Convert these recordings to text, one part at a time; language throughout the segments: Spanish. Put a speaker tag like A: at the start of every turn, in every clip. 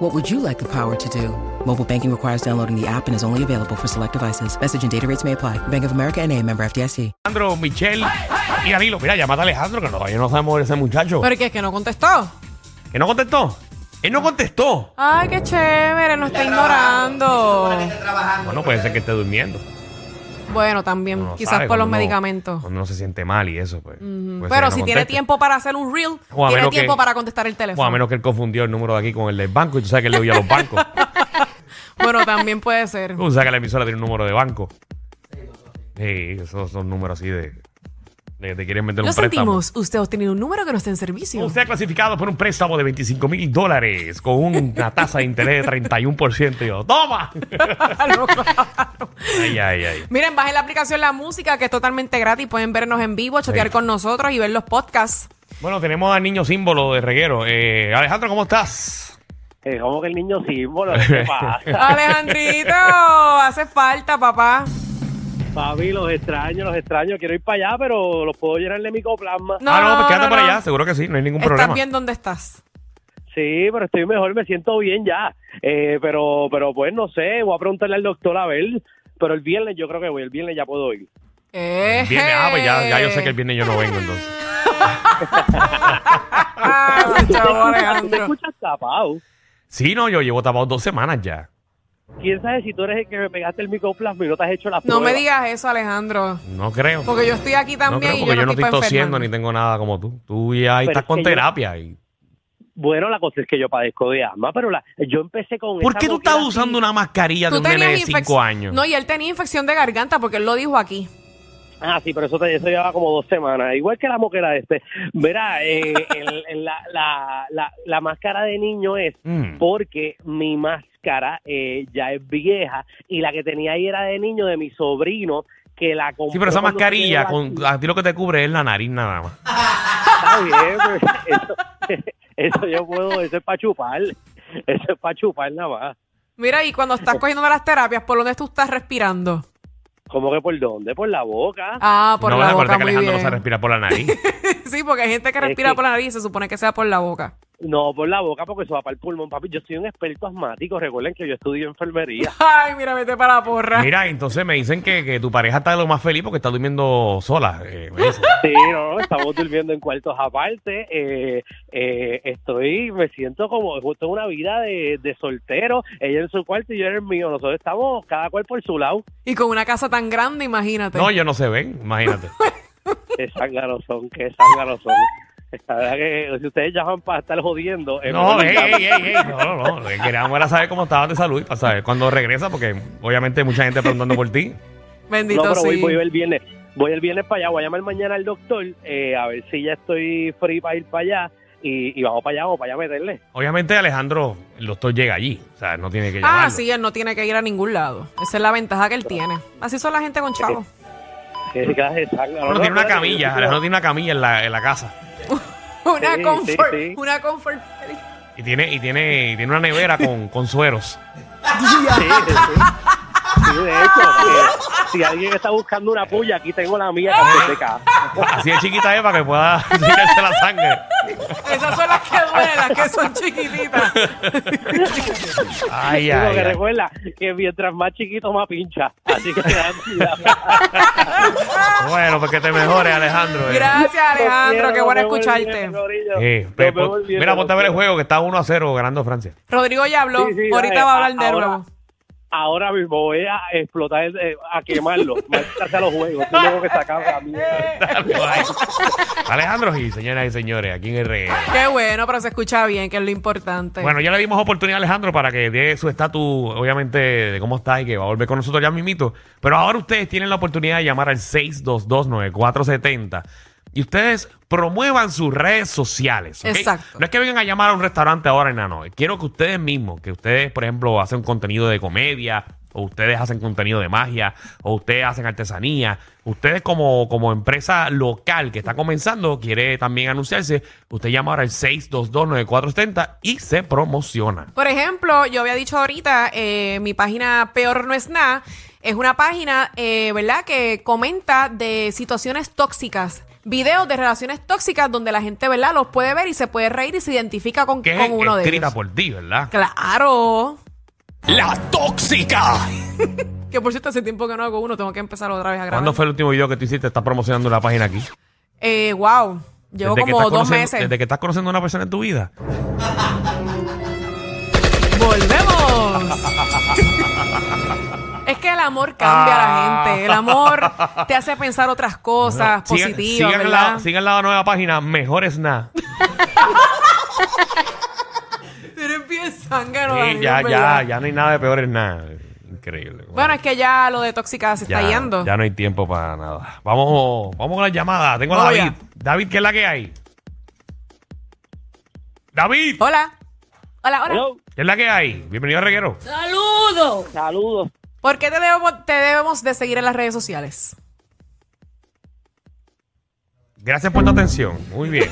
A: What would you like the power to do? Mobile banking requires downloading the app and is only available for select devices. Message and data rates may apply. Bank of America and a member FDIC.
B: Alejandro, Michelle y Danilo. Mira, llamada a Alejandro, que todavía no sabemos de ese muchacho.
C: ¿Pero qué es que no contestó?
B: ¿Que no contestó? Él no contestó.
C: Ay, qué chévere, nos está ignorando.
B: Bueno, puede ser que esté durmiendo.
C: Bueno, también,
B: Uno no
C: quizás
B: sabe
C: por los
B: cuando uno-
C: medicamentos.
B: Cuando uno se siente mal y eso, pues. puede ser que
C: Pero
B: no
C: si tiene
B: conteste.
C: tiempo para hacer un reel,
B: O a
C: tiene
B: menos que-
C: tiempo para contestar el
B: O
C: teléfono.
B: a menos que él confundió el número de aquí con el del banco y tú sabes que él le oye a los bancos.
C: Bueno, también puede ser.
B: Tú sabes que la emisora tiene un número de banco. Sí, esos son números así de. de que te quieren meter
C: Lo
B: un préstamo.
C: sentimos, usted ha obtenido un número que no está en servicio.
B: Usted ha clasificado por un préstamo de 25 mil dólares con una tasa de interés de 31%. Y yo, ¡toma!
C: Claro, claro.
B: Ay, ay, ay.
C: Miren, bajen la aplicación La Música, que es totalmente gratis. Pueden vernos en vivo, chotear con nosotros y ver los podcasts.
B: Bueno, tenemos al niño símbolo de reguero. Eh, Alejandro, ¿cómo estás?
D: Eh, ¿Cómo que el niño símbolo? ¿Qué pasa?
C: Alejandrito, hace falta, papá.
D: Papi, los extraño, los extraño. Quiero ir para allá, pero los puedo llenar de micoplasma.
C: No,
B: ah, no, pues quédate
C: no,
B: por
C: no.
B: allá, seguro que sí, no hay ningún
C: Estás
B: problema.
C: bien donde estás.
D: Sí, pero estoy mejor, me siento bien ya. Eh, pero, pero pues no sé, voy a preguntarle al doctor a ver. Pero el viernes yo creo que voy, el viernes ya puedo ir.
C: Eh,
B: Viernes, ah, pues ya, ya yo sé que el viernes yo no vengo entonces.
C: Ah, ese chavo
D: Tú me
C: Alejandro.
D: escuchas tapado.
B: Sí, no, yo llevo tapado dos semanas ya.
D: ¿Quién sabe si tú eres el que me pegaste el micoplasma y no te has hecho la prueba?
C: No me digas eso, Alejandro.
B: No creo.
C: Porque yo estoy aquí
B: no
C: también
B: creo,
C: y
B: porque yo no
C: estoy
B: estoy
C: pa'
B: tosiendo
C: enfermarme.
B: ni tengo nada como tú. Tú ya ahí
D: Pero
B: estás
D: es
B: con
D: que yo-
B: terapia. y-
D: Bueno, la cosa es que yo padezco de asma, pero la, yo empecé con
B: ¿Por
D: esa
B: qué tú
D: moquera
B: estás
D: así.
B: usando una mascarilla de
C: Tú
B: un nene de
C: tenías infec-
B: 5 años?
C: No, y él tenía infección de garganta porque él lo dijo aquí.
D: Ah, sí, pero eso, te, eso llevaba como dos semanas. Igual que la moquera este. Verá, eh, el- el- la, la, la, la máscara de niño es
B: Mm.
D: porque mi máscara eh, ya es vieja y la que tenía ahí era de niño de mi sobrino que la compró
B: Sí, pero esa
D: cuando
B: mascarilla,
D: se
B: con,
D: quedó aquí.
B: a ti lo que te cubre es la nariz nada más.
C: Ah,
D: Está bien, pero eso, eso yo puedo, eso es para chupar. Eso es para chupar nada más.
C: Mira, y cuando estás cogiendo las terapias, ¿por dónde tú estás respirando?
D: ¿Cómo que por dónde? Por la boca.
C: Ah, por
B: no,
C: la
B: acuérdate
C: boca,
B: que
C: muy
B: Alejandro no Eh, se
C: bien.
B: respira por la nariz.
C: sí, porque hay gente que
D: Es
C: respira
D: que-
C: por la nariz y se supone que sea por la boca.
D: No, por la boca porque eso va para el pulmón, papi. Yo soy un experto asmático. Recuerden que yo estudio enfermería.
C: Ay, mira, vete para la porra.
B: Mira, entonces me dicen que, que tu pareja está de lo más feliz porque está durmiendo sola. eh, me dicen.
D: Sí, no, estamos durmiendo en cuartos aparte. eh, eh, estoy, me siento como justo en una vida de, de soltero. Ella en su cuarto y yo en el mío. Nosotros estamos cada cual por su lado.
C: Y con una casa tan grande, imagínate.
B: No, ellos no se ven, imagínate.
D: Qué zánganos son, qué zánganos son. La verdad que si ustedes ya van para estar jodiendo. eh,
B: No,
D: bueno,
B: ey,
D: ya-
B: ey, ey, ey, no, no, no. Queríamos era saber cómo estabas de salud y para saber cuándo regresa, porque obviamente mucha gente preguntando por ti.
C: Bendito
D: No, pero voy,
C: sí.
D: voy el viernes. Voy el viernes para allá. Voy a llamar mañana al doctor eh, a ver si ya estoy free para ir para allá. Y, y vamos para allá, vamos para allá a meterle.
B: Obviamente Alejandro, el doctor llega allí, o sea, no tiene que llamarlo.
C: ah, sí, él no tiene que ir a ningún lado. Esa es la ventaja que él tiene. Así son la gente con chavos.
D: Qué clase de zángano.
B: Bueno,
D: No,
B: tiene una
D: espérate, yo
B: camilla,
D: estoy-
B: Alejandro tiene una camilla en la, en la casa.
C: Una
D: Sí,
C: comfort,
D: sí, sí.
C: una comfort.
B: Y tiene, y tiene, y tiene una nevera con, con sueros.
D: Sí, sí, sí. Sí, de hecho, eh, si alguien está buscando una puya, aquí tengo la mía que se seca.
B: Así de chiquita es para que pueda tirarse la sangre.
C: Esas son las que duelen, las que son chiquititas.
B: Ay,
D: Lo
B: ay,
D: que
B: ay.
D: recuerda que mientras más chiquito, más pincha. Así que tengan cuidado.
B: Bueno, pues que te mejores, Alejandro. eh.
C: Gracias, Alejandro,
D: Los quiero,
C: qué bueno
D: nos vemos el
C: escucharte.
D: viernes, corillo.
B: Eh,
D: Nos
B: pe-
D: vemos
B: pon-
D: el viernes,
B: mira, ponte a ver el
D: los quiero.
B: juego que está 1 a 0 ganando Francia.
C: Rodrigo ya habló,
D: Sí, sí,
C: ahorita
D: dale,
C: va a
D: a-
C: hablar de
D: ahora-
C: nuevo.
D: Ahora mismo voy a explotar, eh, a quemarlo. Marcharse a los juegos. Yo tengo que sacar la mierda.
B: Dale, bye. Alejandro Gil, señoras y señores, aquí en el reguero.
C: Qué bueno, pero se escucha bien, que es lo importante.
B: Bueno, ya le dimos oportunidad a Alejandro para que dé su estatus, obviamente, de cómo está y que va a volver con nosotros ya mismito. Pero ahora ustedes tienen la oportunidad de llamar al 6229470 y ustedes promuevan sus redes sociales. ¿ok?
C: Exacto.
B: No es que vengan a llamar a un restaurante ahora en la noche. Quiero que ustedes mismos, que ustedes, por ejemplo, hacen contenido de comedia, o ustedes hacen contenido de magia, o ustedes hacen artesanía, ustedes como, como empresa local que está comenzando, quiere también anunciarse, usted llama ahora al 622-9470 y se promociona.
C: Por ejemplo, yo había dicho ahorita, eh, mi página Peor No Es Nada es una página, eh, ¿verdad?, que comenta de situaciones tóxicas. Videos de relaciones tóxicas donde la gente, ¿verdad?, los puede ver y se puede reír y se identifica con,
B: Que
C: con
B: es
C: uno de
B: escrita pues?
C: ellos.
B: por ti, ¿verdad?
C: Claro.
E: La tóxica.
C: Que por cierto, hace tiempo que no hago uno, tengo que empezar otra vez a grabar.
B: ¿Cuándo fue el último video que tú hiciste? Estás promocionando la página aquí.
C: Eh, wow. Llevo
B: Desde que
C: como
B: estás
C: dos
B: conociendo-
C: meses.
B: Desde que estás conociendo a una persona en tu vida.
C: ¡Volvemos! es que el amor cambia a la gente. El amor te hace pensar otras cosas
B: Sigan-
C: positivas,
B: sigan,
C: ¿verdad?
B: la, sigan la nueva página, mejor es nada.
C: Tú eres bien zángano,
B: Sí,
C: Danilo,
B: ya, ya,
C: en verdad.
B: ya no hay nada de peor es nada. Increíble.
C: Bueno, es que ya lo de tóxica se está yendo.
B: Ya no hay tiempo para nada. Vamos, vamos con la llamada. Tengo a
C: Vamos
B: David. David, ¿qué es la que hay? David,
C: Hola. Hola, hola.
D: Hello.
B: ¿qué es la que hay? Bienvenido a Reguero.
D: Saludos.
C: ¿Por qué te debemos, te debemos de seguir en las redes sociales?
B: Gracias por tu atención. Muy bien.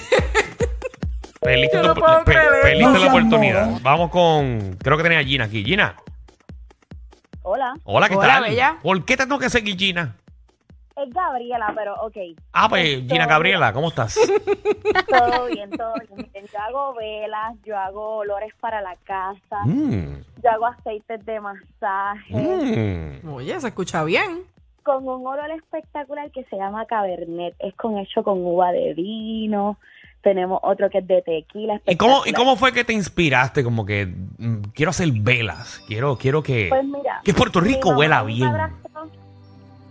B: Peliste,
C: Yo
B: tu-
C: no puedo
B: pe-
C: creer.
B: peliste
C: No
B: la oportunidad. Vamos con. Creo que tenía a Gina aquí. Gina,
F: Hola,
B: hola, ¿qué
C: Hola,
B: tal?
C: bella.
B: ¿Por qué te tengo que seguir, Gina?
F: es Gabriela, pero ok,
B: Ah, pues, Gina Gabriela, ¿cómo estás?
F: todo bien, todo bien. Miren, Yo hago velas, yo hago olores para la casa,
B: Mm,
F: yo hago aceites de masaje,
B: mm.
C: Oye, se escucha bien.
F: con un olor espectacular que se llama Cabernet, es con hecho con uva de vino, tenemos otro que es de tequila.
B: ¿Y cómo, ¿Y
F: espectacular.
B: cómo fue que te inspiraste? Como que mm, quiero hacer velas. Quiero, quiero que.
F: Pues mira,
B: que Puerto
F: mi
B: Rico
F: mamá
B: huela
F: y mi
B: bien.
F: padrastro-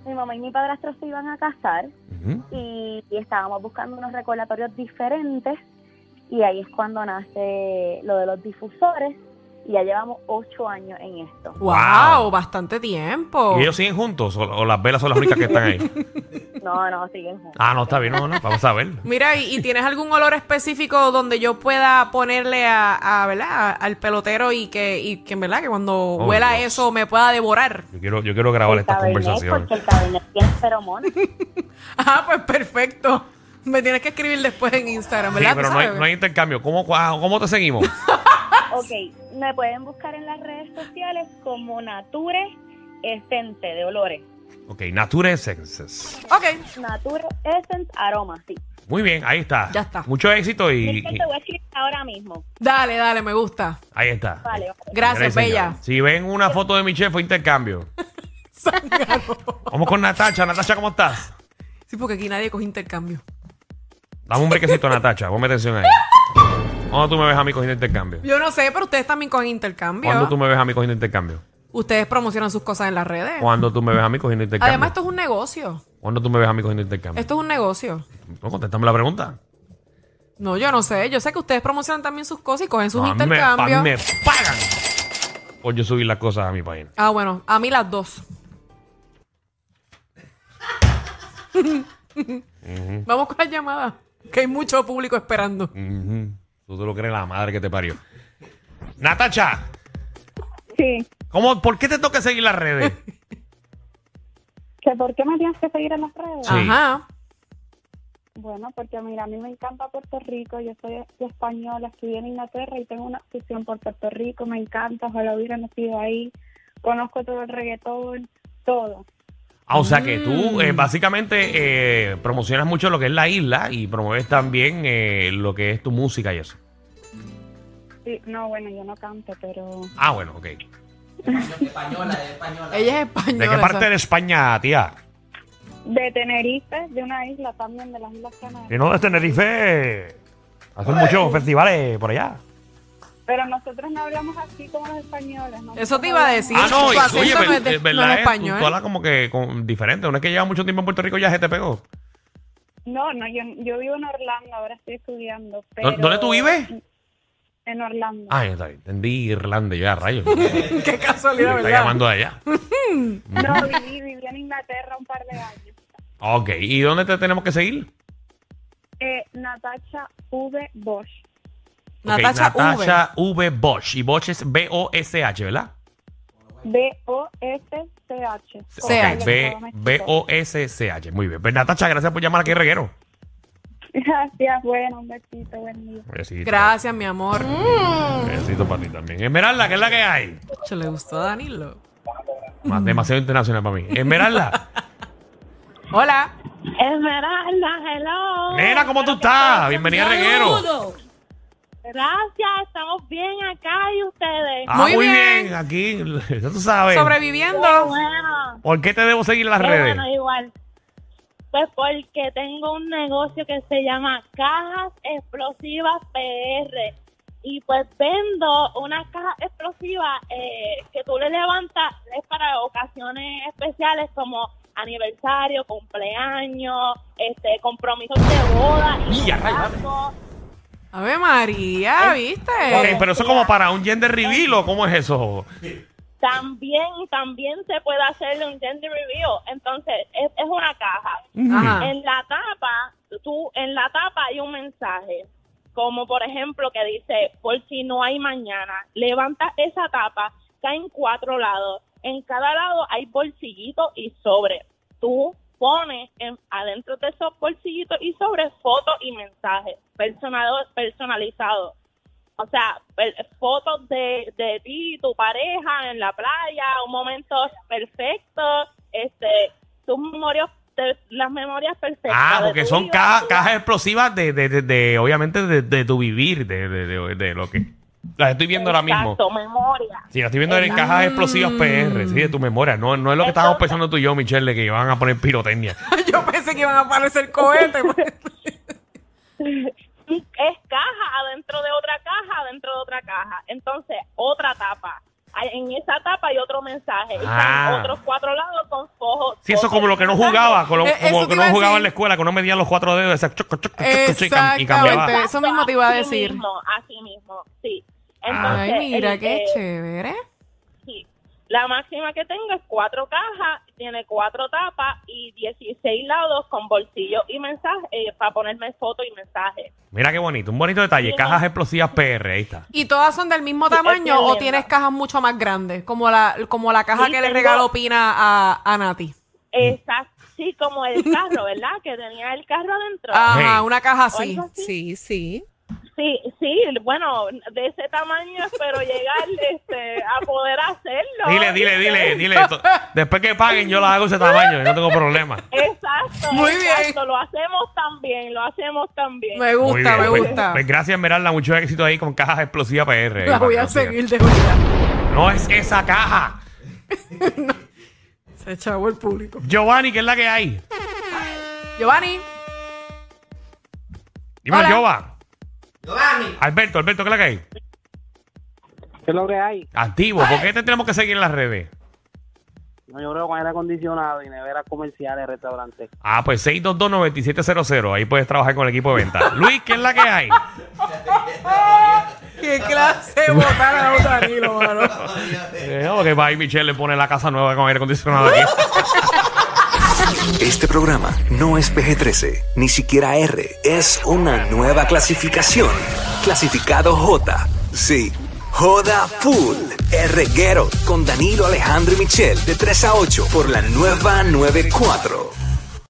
F: Mi mamá y mi padrastro se iban a casar
B: Ujú.
F: y, y estábamos buscando unos recordatorios diferentes y ahí es cuando nace lo de los difusores y ya llevamos ocho años en esto.
B: Wow.
C: Wow, bastante tiempo.
B: ¿Y ellos siguen juntos? ¿O, o las velas son las únicas que están ahí?
F: No, no, siguen juntos.
B: Ah, no, está bien, no, no. Vamos a ver.
C: Mira, ¿y, y tienes algún olor específico donde yo pueda ponerle a, a, ¿verdad? a- al pelotero y que, y que, ¿verdad? Que cuando huela
B: Oh, Dios.
C: eso me pueda devorar.
B: Yo quiero, yo quiero grabar estas
F: Cabernet,
B: conversaciones.
F: porque el cabernet tiene feromonas.
C: Ah, pues perfecto. Me tienes que escribir después en Instagram,
B: Sí,
C: ¿verdad?
B: pero
C: ¿Tú
B: no hay,
C: sabes?
B: no hay intercambio. ¿Cómo, cua- ¿Cómo te seguimos?
F: ok, me pueden buscar en las redes sociales como Nature Essence de olores.
B: ok, Nature Essences.
C: Ok.
F: Nature Essence Aroma, sí.
B: Muy bien, ahí está.
C: Ya está.
B: Mucho éxito y.
F: Es que te voy a escribir ahora mismo.
C: Dale, dale, me gusta.
B: Ahí está.
F: Vale, vale.
C: Gracias,
B: Señoras y
C: Bella.
B: señores, Si ven una foto de mi chef, fue intercambio. Vamos con Natacha. Natacha, ¿cómo estás?
C: Sí, porque aquí nadie coge intercambio.
B: Dame un brequecito, Natacha. Ponme atención ahí. ¿Cuándo tú me ves a mí cogiendo intercambio?
C: Yo no sé, pero ustedes también cogen intercambio.
B: ¿Cuándo tú me ves a mí cogiendo intercambio?
C: Ustedes promocionan sus cosas en las redes.
B: ¿Cuándo tú me ves a mí cogiendo intercambio?
C: Además, esto es un negocio.
B: ¿Cuándo tú me ves a mí cogiendo intercambio?
C: Esto es un negocio.
B: No, contéstame la pregunta.
C: No, yo no sé. Yo sé que ustedes promocionan también sus cosas y cogen sus
B: No, a mí me, pa-
C: intercambios.
B: me pagan por yo subir las cosas a mi página.
C: Ah, bueno, a mí las dos. Vamos con la llamada, que hay mucho público esperando.
B: Ujú. Tú te lo crees la madre que te parió. Natacha,
F: Sí.
B: ¿cómo, ¿por qué te toca seguir las redes?
F: ¿Que ¿Por qué me tienes que seguir en las redes?
B: Sí.
C: Ajá.
F: Bueno, porque mira, a mí me encanta Puerto Rico, yo soy española, estudié en Inglaterra y tengo una obsesión por Puerto Rico, me encanta, ojalá hubiera nacido ahí, conozco todo el reggaetón, todo.
B: Ah, o sea que tú
C: Mm.
B: eh, básicamente eh, promocionas mucho lo que es la isla y promueves también eh, lo que es tu música y eso.
F: Sí, no, bueno, yo no canto, pero
B: Ah, bueno, ok. ¿De
C: Ella es española.
B: qué parte de España, tía?
F: de Tenerife, de una isla también, de las Islas Canarias.
B: no, de Tenerife. Hacen muchos festivales por allá. Eh.
F: Pero nosotros no hablamos así como los españoles. ¿no?
C: Eso te iba a decir.
B: Ah, no,
C: Tu
B: y-
C: acento
B: oye,
C: no
B: ver-
C: es de-
B: eh, verdad,
C: no es
B: es,
C: español.
B: tú, tú hablas como que con- diferente. Una es que lleva mucho tiempo en Puerto Rico ya se te pegó.
F: No, no, yo, yo vivo en Orlando, ahora estoy estudiando.
B: ¿Dó-
F: Pero
B: dónde tú vives? Ah.
F: En Orlando.
B: Ay, está bien. entendí Irlanda ya, rayos.
C: Qué
B: Me
C: casualidad,
B: está
C: ¿verdad?
B: llamando de allá.
F: No, viví, viví en Inglaterra un par de años.
B: Ok, ¿y dónde te tenemos que seguir?
F: Eh, Natacha V. Bosch.
B: Ok,
C: Natacha V.
B: Natacha v. Bosch. Y Bosch es B-O-S-H, ¿verdad?
G: B-O-S-C-H.
C: Ok, CH.
B: B-O-S-C-H. Muy bien. Pues Natacha, gracias por llamar aquí, Reguero.
G: Gracias, bueno, un besito, buen día.
B: Besito.
C: Gracias, mi amor.
B: Besito para ti también. Esmeralda, ¿qué es la que hay?
C: Yo le gustó a Danilo.
B: Más demasiado internacional para mí. Esmeralda.
C: Hola.
F: Esmeralda, hello.
B: Nena, ¿cómo tú estás? Bienvenida a Reguero.
F: Gracias, estamos bien acá y ustedes.
B: Ah,
C: Muy
B: muy
C: bien.
B: bien. Aquí, ya tú sabes.
F: Qué
C: Sobreviviendo.
F: bueno.
B: ¿Por qué te debo seguir en las
F: Qué
B: redes?
F: bueno, igual. Pues porque tengo un negocio que se llama Cajas Explosivas PR. Y pues vendo una caja explosiva eh, que tú le levantas es para ocasiones especiales como aniversario, cumpleaños, este compromisos de boda y
B: Ya,
F: noviazgo.
C: Ave María,
B: Ok,
C: ¿viste?
B: pero eso como para un gender reveal o cómo es eso?
F: también también se puede hacerle un gender review entonces es, es una caja
C: Ajá.
F: en la tapa tú en la tapa hay un mensaje como por ejemplo que dice por si no hay mañana levanta esa tapa caen cuatro lados en cada lado hay bolsillitos y sobre tú pones en- adentro de esos bolsillitos y sobre fotos y mensajes personalizados personalizado o sea, per- fotos de, de ti, tu pareja en la playa, un momento perfecto, este, tus memorias, te- las memorias perfectas.
B: Ah,
F: de
B: porque
F: Pues, tu
B: son
F: vida,
B: ca-
F: tu-
B: cajas explosivas de, de, de- de, obviamente, de, de tu vivir, de, de- de- de lo que... Las estoy viendo ahora mismo.
F: Exacto, memoria.
B: Sí, las estoy viendo
C: Eh,
B: en cajas
C: mm.
B: explosivas PR, sí, de tu memoria. No, no es lo que estábamos
F: Entonces-
B: pensando tú y yo, Michelle, de que iban a poner pirotecnia.
C: Yo pensé que iban a aparecer cohetes.
F: Es caja adentro de otra caja, adentro de otra caja. Entonces, otra tapa. Hay- En esa tapa hay otro mensaje. Y
B: Ah.
F: con otros cuatro lados con fojos.
B: Sí, eso es como lo que no jugaba, como,
C: Eh, eso
B: como
C: te
B: que
C: iba
B: no
C: a
B: jugaba
C: decir.
B: en la escuela, que no medían los cuatro dedos, esa choc, choc, choc, choc, choc, y cam- y
C: Exactamente.
B: cambiaba.
C: Eso mismo te iba a
F: Así
C: decir.
F: mismo, así mismo, sí.
B: Ah.
F: Entonces,
C: Ay, mira,
F: el-
C: qué
F: eh,
C: chévere.
F: Sí. La máxima que tengo es cuatro cajas, tiene cuatro tapas y 16 lados con bolsillo y mensaje eh, para ponerme foto y mensaje.
B: Mira qué bonito, un bonito detalle, cajas explosivas PR, ahí está.
C: ¿Y todas son del mismo
F: Sí, es
C: tamaño o
F: tremenda.
C: tienes cajas mucho más grandes? Como la, como la caja
F: Sí,
C: que le
F: tengo-
C: regaló Pina a, a Nati.
F: Está así como el carro, ¿verdad? que tenía el carro adentro.
C: Ajá,
B: Hey.
C: una caja así.
F: Oigo, sí.
C: sí.
F: Sí, sí, bueno, de ese tamaño espero llegar este, a poder hacerlo.
B: Dile, dile, dile, dile. to- Después que paguen, yo las hago ese tamaño, yo no tengo problema.
F: Exacto,
C: Muy
F: exacto, lo hacemos también, lo hacemos también.
C: Me
B: Muy
C: gusta,
B: bien,
C: me
B: pues-
C: gusta.
B: Pues gracias, Esmeralda. Mucho éxito ahí con cajas explosivas PR. ahí
C: la
B: para
C: voy
B: que
C: a
B: lo sigas.
C: seguir de verdad.
B: No es esa caja.
C: Se echaba el público.
B: Giovanni, ¿qué es la que hay?
C: Giovanni,
B: Dime,
C: Hola.
B: Giova. Giovanni. Alberto, Alberto, ¿qué es la que hay?
D: ¿Qué es lo que hay?
B: Activo. ¿Por qué te tenemos que seguir en las redes?
D: No, yo creo con aire acondicionado y neveras comerciales, restaurantes.
B: Ah, pues 6229700. Ahí puedes trabajar con el equipo de venta. Luis, ¿qué es la que hay?
C: qué clase de botada de Danilo, mano.
B: Eh, no, porque va ahí Michelle le pone la casa nueva con aire acondicionado aquí.
H: Este programa no es PG-13, ni siquiera R. Es una nueva clasificación. Clasificado J. Sí. Joda Full. Reguero con Danilo Alejandro y Michel de 3 a 8 por la nueva 94.